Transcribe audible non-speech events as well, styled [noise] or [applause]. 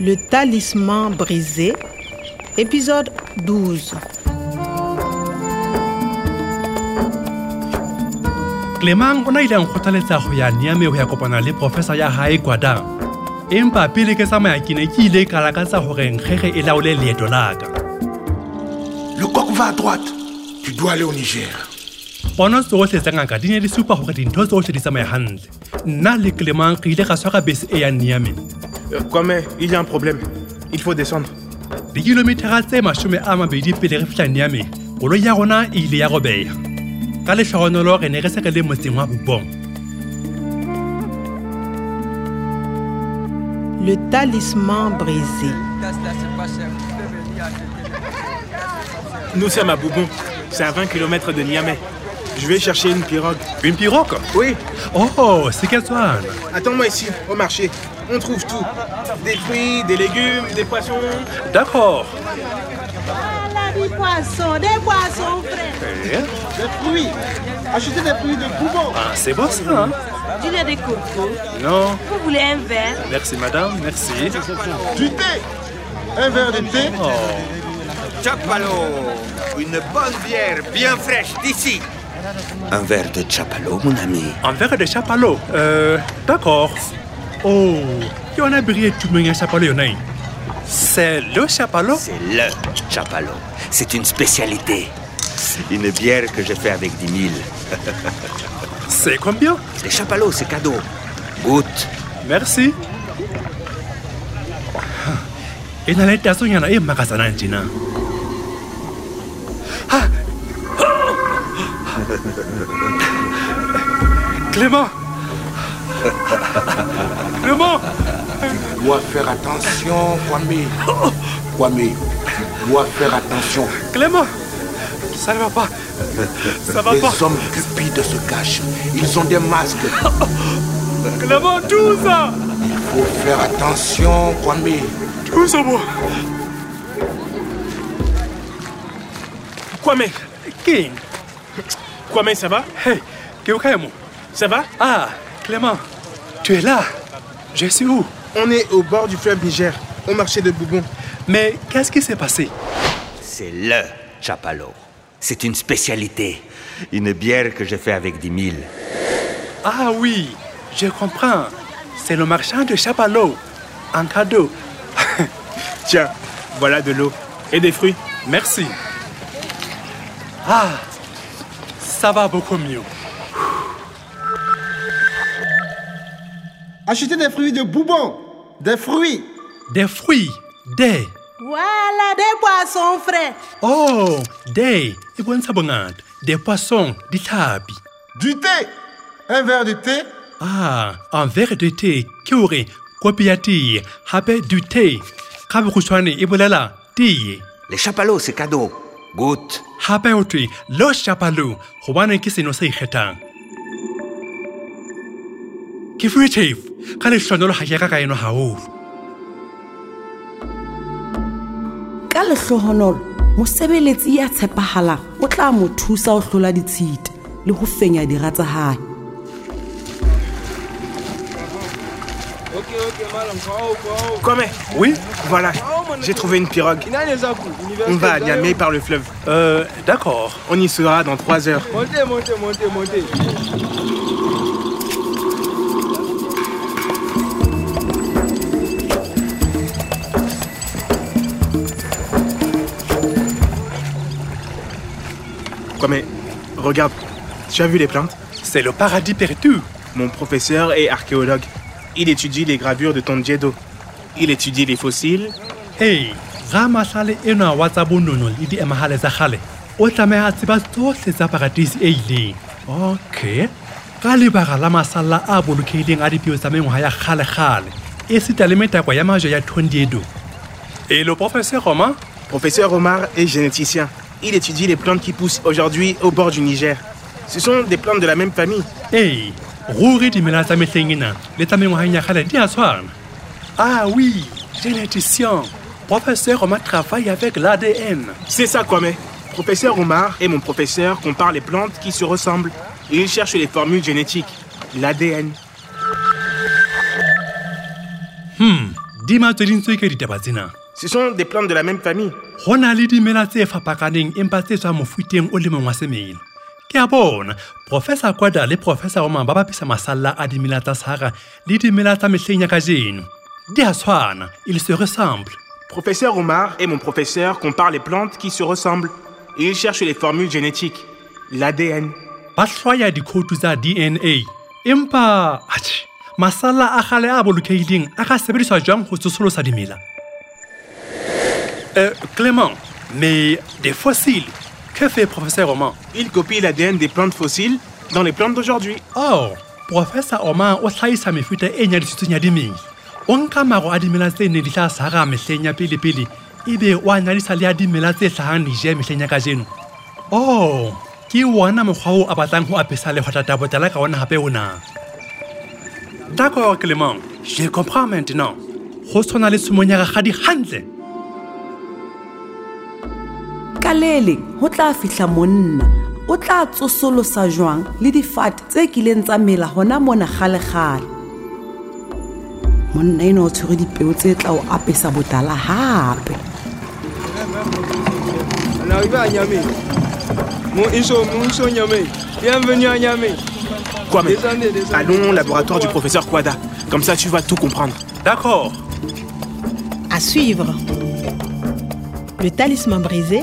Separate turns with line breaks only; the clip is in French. Le talisman brisé, épisode 12.
Clément o na ile a nkgothaletsa go ya niame go ya kopana le professor ya hae kwada empa pele ke tsamaya ke ne ke ile ka lakatsa gore nkgege e laole leeto laka
Le coq va à droite. Tu dois aller au Niger.
pono tsotlhe tsa ngaka di ne di supa gore dintho tsotlhe di tsamaya gantle nna le clément re ile ga tshwara bese e yang niame
Euh, Kwame, il y a un problème. Il faut descendre.
dikilomithera tse masome a mabedi pele re fitlha niame koloi ya rona e ile ya robeya ka letlhogonolo re ne re se re le motseng wa bubong
Le talisman brisé.
Nous sommes à Boubon. C'est à 20 km de Niamey. Je vais chercher une pirogue.
une piroque
Oui,
oh se ke tswana
attends-moi ici, au marché. On trouve tout. Des fruits, des légumes, des poissons.
d'accord
Voilà du poisson, des poissons frais.
Des fruits Achetez des fruits de Boubon
Eh, Ah, c'est bon ça hein?
Du lait de coco.
non
Vous voulez un verre
Merci madame, merci.
Du thé Un verre de thé
Chapalo Une bonne bière bien fraîche d'ici Un verre de Chapalo, mon ami
Un verre de chapalo. Euh, d'accord. Oh, il y en a brillé tout le monde chapalo, il y en a un. C'est le chapalo
C'est le Chapalo. C'est une spécialité. Une bière que je fais avec 10 000.
C'est combien
Les Chapalo, c'est cadeau. Goûte.
Merci. Et dans l'intention, il y en a un magasin en Chine. Ah. Clément Clément
Tu dois faire attention, Kwame. [laughs] Kwame, tu dois faire attention.
Clément Ça ne va pas Ça va
Les
pas
hommes cupides se cachent. Ils ont des masques.
Clément, tout ça
Il faut faire attention, Kwame.
Tout ça, moi
Kwame,
King
Kwame, ça va
Hey Kyokaemo
Ça va
Ah, Clément Tu es là Je suis où
On est au bord du fleuve Niger, au marché de Boubon.
Mais qu'est-ce qui s'est passé
C'est le Chapalo. C'est une spécialité. Une bière que je fais avec 10 000.
Ah oui, je comprends. C'est le marchand de Chapalo. En cadeau.
[laughs] Tiens, voilà de l'eau. Et des fruits.
Merci. Ah, ça va beaucoup mieux.
Achetez des fruits de Boubon. Des fruits.
Des fruits, des.
Voilà des poissons frais.
Oh, des. Des bonnes sabonades, des poissons, des tabis.
Du thé. Un verre de thé.
Ah, un verre de thé ke hore kopi ya tee gape du thé ka bokgutshwane e bolela tee
Les Chapalo, c'est cadeau. Goûte.
gape ho thwe lo shapalo gobane ke seno se ikgethang ke fuwe tjhefo, ka lehlonolo ga ke ka ka eno gaofo
ka lehlohonolo mosebeletsi ya tshepahalang o tla mo thusa ho hlola ditshita le ho fenya dira tsa hae
Kwame,
oui
voilà, j'ai trouvé une pirogue. On va à Niamey par le fleuve.
euh, d'accord
On y sera dans 3 heures. Kwame, regarde, tu as vu les plantes
c'est le paradis perdu
Mon professeur est archéologue. Il étudie les gravures de Tondjedo. Il étudie les fossiles.
ee ga mahlale enwa wa tsa bonono le diemagale tsa gale o tlameha a tseba tsohle tsa paradise e ileng okay ka lebaka la masalla a bolokehileng a dipeo tsa mengwaga ya kgale-kgale e sita le metakwa ya majo ya tondiedo e le professeur roman
Professeur Omar est généticien. Il étudie les plantes qui poussent aujourd'hui au bord du Niger. Ce sont des plantes de la même famille.
ee ruri dimela tsa mehleng ena le tsa mengwageng ya kgale di a tshwana ah oui généticien professeur roman travaille avec l'adn
C'est ça, Kwame. Professeur Omar et mon professeur comparent les plantes qui se ressemblent. Ils cherchent les formules génétiques, l'ADN.
di matsedintswe ke ditaba tsena
Ce sont des plantes de la même famille.
go na le dimela tse fapakaneng empa tse tswa mofuteng o le mongwe wa semela ke a bona professor kwada le professor roman ba bapisa masalla a dimela tsa sahara le dimela tsa mehleng ya ka jeno di a tshwana e il se ressemble
Professeur Omar et mon professeur comparent les plantes qui se ressemblent. Et ils cherchent les formules génétiques, l'ADN.
ba hlwaya dikhoutu tsa dna empa atjhe masalla a kgale a bolokehileng a ka sebediswa jwang ho tsosolosa dimela Eh, clément mais des fossiles que fait professeur roman
Ils copient l'ADN des plantes fossiles dans les plantes d'aujourd'hui.
Oh, Professor Omar o hlahisa mefuta e nyadisitsweng ya dimela. O nka maro a dimela tse neng di tla sahara mehleng ya pele-pele, ebe o a nyadisa le a dimela tse hlahang dije mehleng ya kajeno. Oh, ke wona mokgwa oo a batlang ho apesa lehwatata botala ka ona hape ona. D'accord, Clément, je comprends maintenant. Ho tshwana le tshimong ya rakgadi hantle.
ka le leng ho tla fihla monna o tla tsosolosa jwang le difate tse kileng tsa mela hona mona kgalekgale monna enwa o tshwere dipeo tse tla o apesa botala hape
Quoi mais Allons au laboratoire du professeur Kwada. Comme ça, tu vas tout comprendre.
D'accord.
À suivre. Le Talisman brisé,